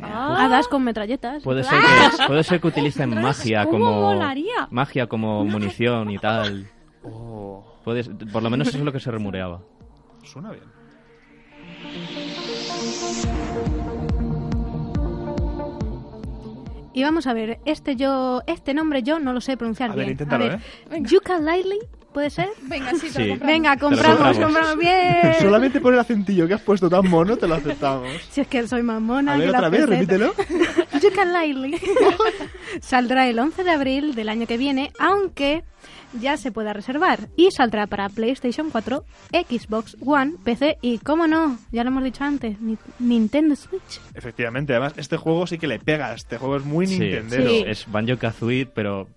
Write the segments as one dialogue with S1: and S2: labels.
S1: Ah,
S2: Hadas con metralletas.
S3: Puede ser que, puede ser que utilicen
S1: Ostras,
S3: magia
S1: Ah. ¿cómo
S3: como
S1: molaría?
S3: magia como munición y tal.
S4: Oh,
S3: Puedes, por lo menos eso es lo que se rumoreaba.
S4: suena bien.
S2: Y vamos a ver, este yo, este nombre yo no lo sé pronunciar
S4: A ver,
S2: bien.
S4: inténtalo,
S2: a ver,
S4: ¿eh?
S2: Yuka Lightly, ¿puede ser?
S5: Venga, sí, te
S3: Sí.
S5: lo compro.
S2: Venga,
S3: lo
S2: compramos,
S3: compramos.
S2: compramos bien.
S4: Solamente por el acentillo que has puesto tan mono te lo aceptamos.
S2: Si es que soy más mona
S4: A ver,
S2: que la
S4: otra vez,
S2: peseta.
S4: repítelo.
S2: Yuka Lightly. Saldrá el 11 de abril del año que viene, aunque ya se pueda reservar. Y saldrá para PlayStation 4, Xbox One, PC y, cómo no, ya lo hemos dicho antes, Ni- Nintendo Switch.
S4: Efectivamente, además, este juego sí que le pega. Este juego es muy
S3: Sí,
S4: Nintendero.
S3: es- es Banjo Kazooie, pero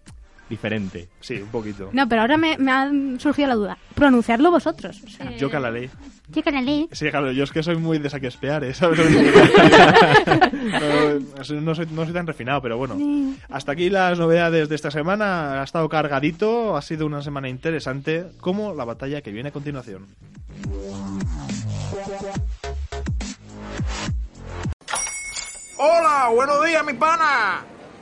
S3: diferente.
S4: Sí, un poquito.
S2: No, pero ahora me, me ha surgido la duda. Pronunciarlo vosotros. O sea,
S4: Yo la ley.
S2: Yuka Lightly.
S4: Sí, claro, yo es que soy muy de saquespear, ¿eh? ¿sabes? lo que te quiero decir? no, no soy, no soy tan refinado, pero bueno. Hasta aquí las novedades de esta semana. Ha estado cargadito, ha sido una semana interesante, como la batalla que viene a continuación.
S6: Hola, buenos días, mi pana.